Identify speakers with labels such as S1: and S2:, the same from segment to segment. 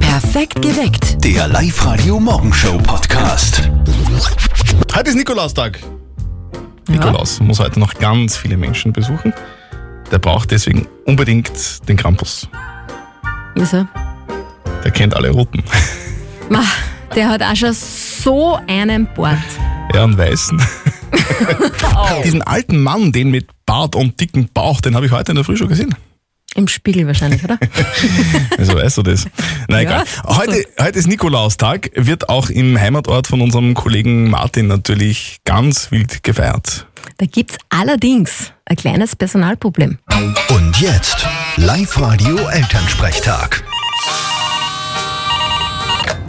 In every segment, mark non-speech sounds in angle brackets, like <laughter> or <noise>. S1: Perfekt geweckt.
S2: Der Live-Radio Morgenshow Podcast.
S3: Heute ist Nikolaustag. Nikolaus muss heute noch ganz viele Menschen besuchen. Der braucht deswegen unbedingt den Krampus.
S1: Wieso?
S3: Der kennt alle Routen. <laughs>
S1: Ma, der hat auch schon so einen Bart.
S3: Ja, und
S1: <laughs>
S3: Weißen. Diesen alten Mann, den mit Bart und dicken Bauch, den habe ich heute in der Früh schon gesehen.
S1: Im Spiegel wahrscheinlich, oder?
S3: Also weißt du das? Na egal.
S1: Ja.
S3: Heute, heute ist Nikolaustag, wird auch im Heimatort von unserem Kollegen Martin natürlich ganz wild gefeiert.
S1: Da gibt's allerdings ein kleines Personalproblem.
S2: Und jetzt Live-Radio Elternsprechtag.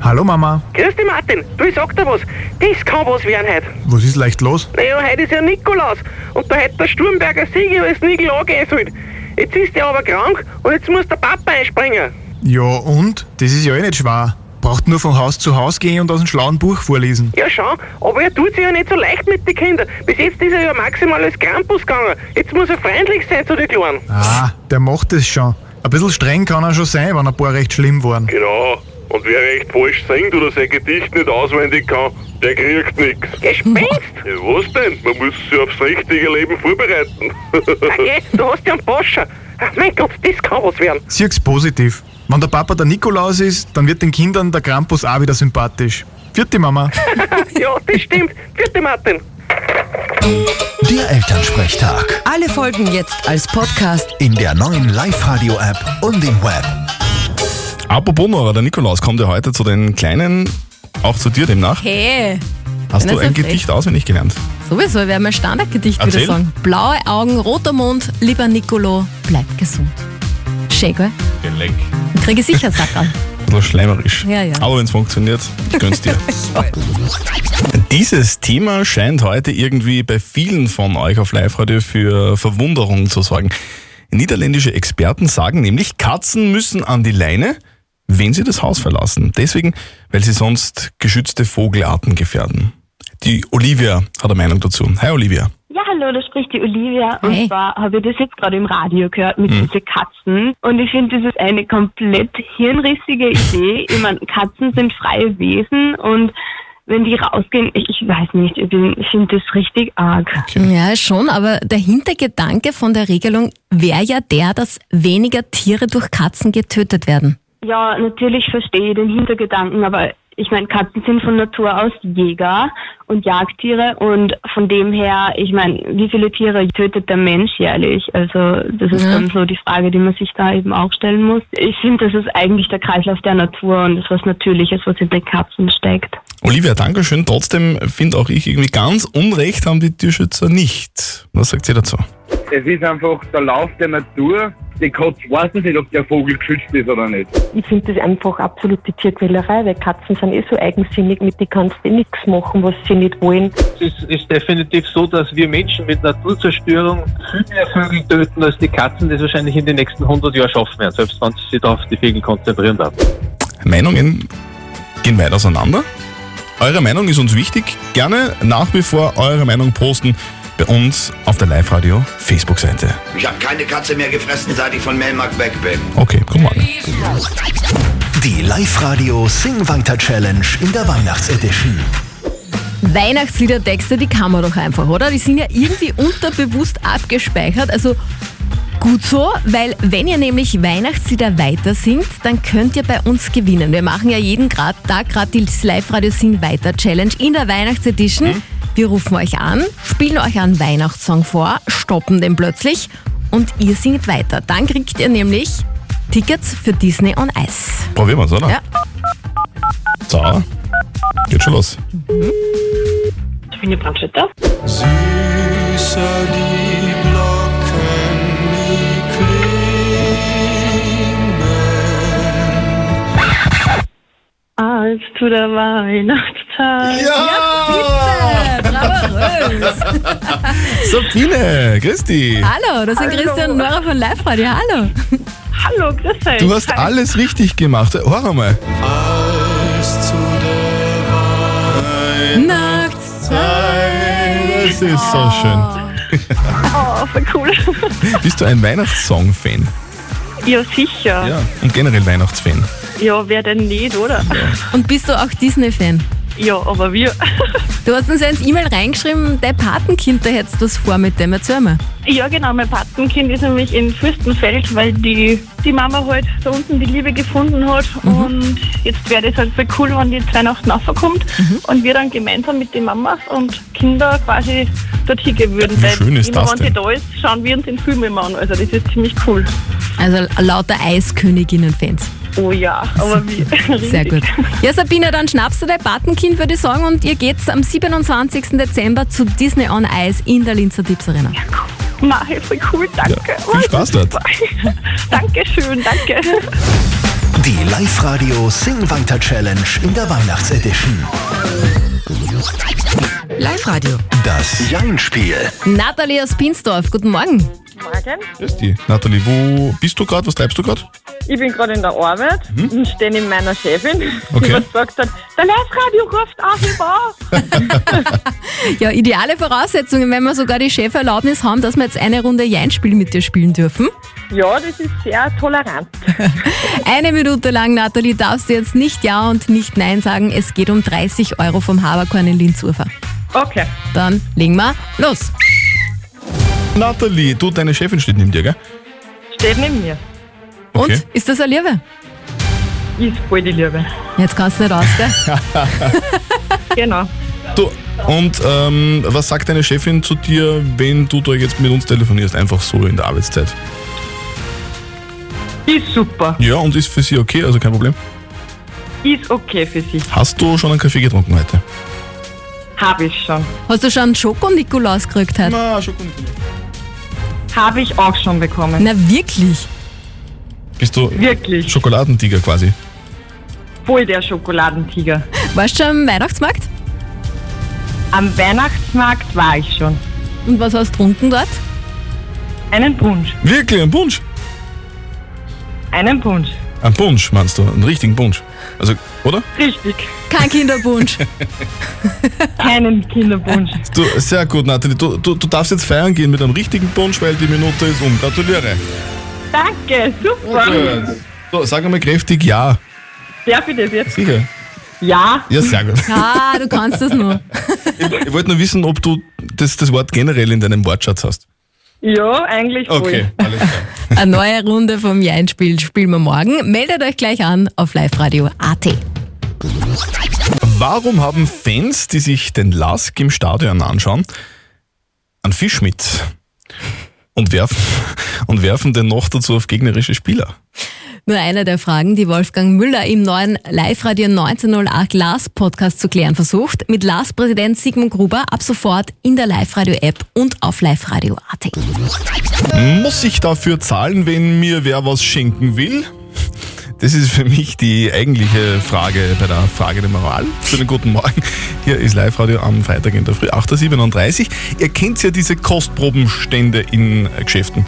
S4: Hallo Mama,
S5: Grüß dich, Martin. Du, ich sag dir was. Das kann was werden heute.
S4: was ist leicht los?
S5: Naja, heute ist ja Nikolaus. Und da hätte der Sturmberger Sieger als Nigel angehen sollen. Jetzt ist er aber krank und jetzt muss der Papa einspringen.
S4: Ja und? Das ist ja eh nicht schwer. Braucht nur von Haus zu Haus gehen und aus einem schlauen Buch vorlesen.
S5: Ja, schau. Aber er tut sich ja nicht so leicht mit den Kindern. Bis jetzt ist er ja maximal als Krampus gegangen. Jetzt muss er freundlich sein zu den Kleinen.
S4: Ah, der macht es schon. Ein bisschen streng kann er schon sein, wenn ein paar recht schlimm waren.
S6: Genau. Und wer recht falsch singt oder sein Gedicht nicht auswendig kann, der kriegt nichts.
S5: Gespinst?
S6: Ja, was denn? Man muss sich aufs richtige Leben vorbereiten. <laughs>
S5: Okay, du hast ja einen Pascha. Ach, mein Gott, das kann was werden.
S4: Sieh's positiv. Wenn der Papa der Nikolaus ist, dann wird den Kindern der Krampus auch wieder sympathisch. Vierte Mama.
S5: ja, das stimmt. Vierte Martin.
S2: Der Elternsprechtag.
S1: Alle Folgen jetzt als Podcast.
S2: In der neuen Live-Radio-App und im Web.
S3: Apropos Nora, der Nikolaus kommt ja heute zu den Kleinen, auch zu dir demnach.
S1: Hey,
S3: Hast
S1: Wenn
S3: du
S1: er so
S3: ein Gedicht auswendig gelernt?
S1: sowieso werden wir Standardgedicht
S3: Erzähl.
S1: wieder sagen. Blaue Augen, roter Mund, lieber Nicolo, bleib gesund. Schön, gell?
S3: Geleck.
S1: Kriege ich sicher Sackerl.
S3: Ein bisschen schleimerisch.
S1: Ja, ja.
S3: Aber wenn es funktioniert, ich
S1: <laughs>
S3: gönn's dir. Dieses Thema scheint heute irgendwie bei vielen von euch auf Live-Radio für Verwunderung zu sorgen. Niederländische Experten sagen nämlich, Katzen müssen an die Leine, wenn sie das Haus verlassen. Deswegen, weil sie sonst geschützte Vogelarten gefährden. Die Olivia hat eine Meinung dazu. Hi Olivia.
S7: Ja, hallo, da spricht die Olivia. Und
S1: Hi.
S7: zwar habe ich das jetzt gerade im Radio gehört mit diesen Katzen. Und ich finde, das ist eine komplett hirnrissige Idee. Ich meine, Katzen sind freie Wesen und wenn die rausgehen, ich, ich weiß nicht, ich, bin- ich finde das richtig arg.
S1: Ja, schon, aber der Hintergedanke von der Regelung wäre ja der, dass weniger Tiere durch Katzen getötet werden.
S7: Ja, natürlich verstehe ich den Hintergedanken, aber ich meine, Katzen sind von Natur aus Jäger und Jagdtiere und von dem her, ich meine, wie viele Tiere tötet der Mensch jährlich? Also das ist
S1: Ja.
S7: dann so die Frage, die man sich da eben auch stellen muss. Ich finde, das ist eigentlich der Kreislauf der Natur und das was Natürliches, was in den Katzen steckt.
S3: Olivia, Dankeschön. Trotzdem finde auch ich irgendwie ganz Unrecht haben die Tierschützer nicht. Was sagt sie dazu?
S8: Es ist einfach der Lauf der Natur. Die Katze weiß nicht, ob der Vogel geschützt ist oder nicht.
S9: Ich finde das einfach absolute Tierquälerei, weil Katzen sind eh so eigensinnig, mit denen kannst du eh nichts machen, was sie nicht wollen.
S10: es ist, ist definitiv so, dass wir Menschen mit Naturzerstörung viel mehr Vögel töten, als die Katzen das wahrscheinlich in den nächsten 100 Jahren schaffen werden, selbst wenn sie sich da auf die Vögel konzentrieren darf.
S3: Meinungen gehen weit auseinander. Eure Meinung ist uns wichtig. Gerne nach wie vor eure Meinung posten bei uns auf der Live-Radio Facebook-Seite.
S11: Ich habe keine Katze mehr gefressen, seit ich von Melmark weg bin.
S3: Okay, guten Morgen.
S2: Die Live-Radio Sing Weiter Challenge in der Weihnachtsedition.
S1: Weihnachtsliedertexte, die kann man doch einfach, oder? Die sind ja irgendwie unterbewusst abgespeichert. Also gut so, weil wenn ihr nämlich Weihnachtslieder weiter singt, dann könnt ihr bei uns gewinnen. Wir machen ja jeden Grad, Tag gerade die Live-Radio Sing Weiter Challenge in der Weihnachtsedition. Wir rufen euch an, spielen euch einen Weihnachtssong vor, stoppen den plötzlich und ihr singt weiter. Dann kriegt ihr nämlich Tickets für Disney on Ice.
S3: Probieren wir's, oder?
S1: Ja.
S3: So, geht schon los.
S9: Sabine Brandstätter. Als zu der Weihnachtszeit.
S1: Bravo,
S3: Sabine, Christi.
S1: Hallo, das sind Christian und Nora von Live Radio. Hallo.
S9: Hallo, grüß euch.
S3: Du hast alles richtig gemacht. Hör einmal.
S1: Nachtszeit.
S3: Das ist so schön.
S9: Oh, voll cool. <laughs>
S3: Bist du ein Weihnachtssong-Fan?
S9: ja, sicher.
S3: Ja. Und generell Weihnachtsfan?
S7: Ja, wer denn nicht, oder?
S1: Und bist du auch Disney-Fan?
S7: Ja, aber wir.
S1: Du hast uns ja ins E-Mail reingeschrieben, dein Patenkind, da hättest du was vor mit dem, erzähl mal.
S7: Ja, genau. Mein Patenkind ist nämlich in Fürstenfeld, weil die, die Mama halt da unten die Liebe gefunden hat.
S3: Mhm.
S7: Und jetzt wäre das halt voll cool, wenn die jetzt Weihnachten raufkommt
S3: Mhm.
S7: und wir dann gemeinsam mit den Mamas und Kinder quasi dorthin gehen würden.
S3: Wie
S7: weil
S3: schön ist
S7: immer,
S3: das
S7: wenn sie
S3: denn?
S7: da ist, schauen wir uns den Film immer an. Also das ist ziemlich cool. <laughs>
S1: Also lauter Eisköniginnen-Fans.
S7: Oh ja, aber wie.
S1: Sehr
S7: richtig.
S1: gut. Ja, Sabine, dann schnappst du dein Patenkind, würde ich sagen, und ihr geht's am 27. Dezember zu Disney on Ice in der Linzer Tipps Arena.
S7: Na, voll cool, danke.
S3: Viel Spaß dort.
S7: Dankeschön, danke.
S2: Die Live-Radio Sing Weiter Challenge in der Weihnachtsedition.
S1: Live-Radio.
S2: Das Jein-Spiel.
S1: Nathalie aus Pinsdorf, guten Morgen.
S12: Morgen.
S3: Grüß dich. Nathalie, wo bist du gerade? Was treibst du gerade?
S12: Ich bin gerade in der Arbeit und stehe neben meiner Chefin,
S3: Okay.
S12: die mir gesagt hat, der Live-Radio ruft auf, ich war.
S1: Ja, ideale Voraussetzungen, wenn wir sogar die Cheferlaubnis haben, dass wir jetzt eine Runde Jeinspiel mit dir spielen dürfen.
S12: Ja, das ist sehr tolerant.
S1: Eine Minute lang, Nathalie, darfst du jetzt nicht Ja und nicht Nein sagen. Es geht um 30 Euro vom Haberkorn in Linz-Urfer.
S12: Okay.
S1: Dann legen wir los.
S3: Nathalie, du, deine Chefin steht neben dir, gell?
S12: Steht neben mir.
S3: Okay.
S1: Ist das eine Liebe?
S12: Ist voll die Liebe.
S1: Jetzt kannst du nicht raus, gell?
S12: genau.
S3: Du, und ähm, was sagt deine Chefin zu dir, wenn du da jetzt mit uns telefonierst, einfach so in der Arbeitszeit?
S12: Ist super.
S3: Ja, und ist für sie okay, also kein Problem.
S12: Ist okay für sie.
S3: Hast du schon einen Kaffee getrunken heute?
S12: Habe ich schon.
S1: Hast du schon einen Schoko-Nikolaus gekriegt heute?
S3: Na, Schoko-Nikolaus.
S12: Habe ich auch schon bekommen.
S1: Na, wirklich?
S3: Bist du
S12: Wirklich?
S3: Schokoladentiger quasi?
S12: Voll der Schokoladentiger.
S1: Warst du schon am Weihnachtsmarkt?
S12: Am Weihnachtsmarkt war ich schon.
S1: Und was hast du getrunken dort?
S12: Einen Punsch.
S3: Wirklich, ein Punsch?
S12: Einen Punsch.
S3: Ein Punsch, meinst du? Einen richtigen Punsch. Also, oder?
S12: Richtig.
S1: Kein Kinderpunsch.
S12: Keinen
S7: <laughs>
S12: Kinderpunsch.
S3: Du, sehr gut, Nathalie. Du, du, du darfst jetzt feiern gehen mit einem richtigen Punsch, weil die Minute ist um. Gratuliere.
S12: Danke, super.
S3: So, sag einmal kräftig Ja.
S12: Darf ich das jetzt?
S3: Sicher.
S12: Ja.
S3: Ja, sehr gut.
S1: Ah, du kannst das nur.
S3: Ich wollte nur wissen, ob du das, das Wort generell in deinem Wortschatz hast.
S12: Ja, eigentlich voll.
S3: Okay, alles klar.
S1: Eine neue Runde vom Jein-Spiel spielen wir morgen. Meldet euch gleich an auf liveradio.at.
S3: Warum haben Fans, die sich den Lask im Stadion anschauen, einen Fisch mit und werfen, und werfen den noch dazu auf gegnerische Spieler?
S1: Nur eine der Fragen, die Wolfgang Müller im neuen Live-Radio 1908 Lars-Podcast zu klären versucht. Mit Lars-Präsident Sigmund Gruber ab sofort in der Live-Radio-App und auf liveradio.at.
S3: Muss ich dafür zahlen, wenn mir wer was schenken will? Das ist für mich die eigentliche Frage bei der Frage der Moral. Schönen guten Morgen. Hier ist Live-Radio am Freitag in der Früh, 8.37 Uhr. Ihr kennt ja diese Kostprobenstände in äh, Geschäften.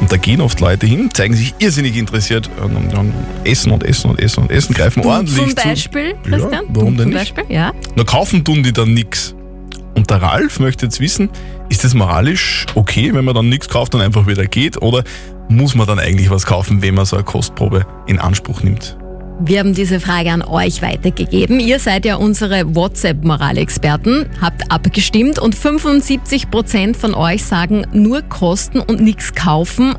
S3: Und da gehen oft Leute hin, zeigen sich irrsinnig interessiert und, und, und essen und essen und essen und essen, greifen ordentlich
S1: Zum
S3: zu.
S1: Beispiel, Christian?
S3: warum
S1: Du
S3: denn
S1: Zum
S3: nicht?
S1: Beispiel, ja.
S3: Na, kaufen tun die dann nichts. Und der Ralf möchte jetzt wissen, ist das moralisch okay, wenn man dann nichts kauft und einfach wieder geht? Oder muss man dann eigentlich was kaufen, wenn man so eine Kostprobe in Anspruch nimmt?
S1: Wir haben diese Frage an euch weitergegeben. Ihr seid ja unsere WhatsApp-Moralexperten, habt abgestimmt und 75% von euch sagen nur kosten und nichts kaufen.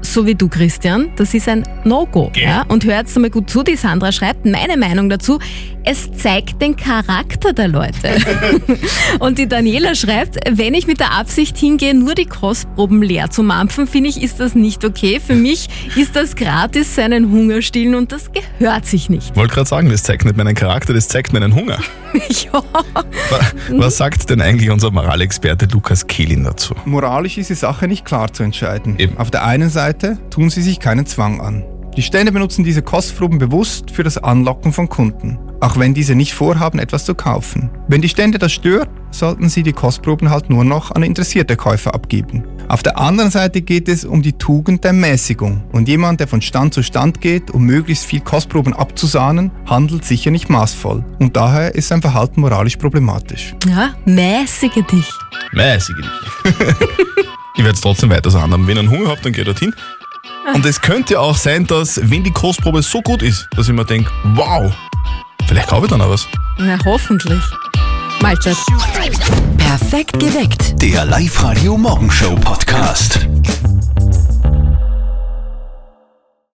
S1: So wie du, Christian, das ist ein No-Go. Ja? Und hört jetzt mal gut zu, die Sandra schreibt meine Meinung dazu, es zeigt den Charakter der Leute. und die Daniela schreibt, wenn ich mit der Absicht hingehe, nur die Kostproben leer zu mampfen, finde ich, ist das nicht okay. Für mich ist das gratis seinen Hunger stillen und das gehört sich nicht.
S3: Wollte gerade sagen, das zeigt nicht meinen Charakter, das zeigt meinen Hunger. <laughs> Wa- Was sagt denn eigentlich unser Moralexperte Lukas Kehlin dazu?
S6: Hm.
S13: Moralisch ist die Sache nicht klar zu entscheiden. Auf der einen Seite tun sie sich keinen Zwang an. Die Stände benutzen diese Kostproben bewusst für das Anlocken von Kunden, auch wenn diese nicht vorhaben, etwas zu kaufen. Wenn die Stände das stört, sollten sie die Kostproben halt nur noch an interessierte Käufer abgeben. Auf der anderen Seite geht es um die Tugend der Mäßigung. Und jemand, der von Stand zu Stand geht, um möglichst viel Kostproben abzusahnen, handelt sicher nicht maßvoll. Und daher ist sein Verhalten moralisch problematisch.
S1: Ja, mäßige dich.
S3: <laughs> Mäßig nicht. ich werde es trotzdem weiter so anhaben. Wenn ihr einen Hunger habt, dann geht dorthin. Und es könnte auch sein, dass, wenn die Kostprobe so gut ist, dass ich mir denke, wow, vielleicht kaufe ich dann auch was.
S1: Na, hoffentlich. Mahlzeit.
S2: Perfekt geweckt. Der Live-Radio Morgenshow Podcast.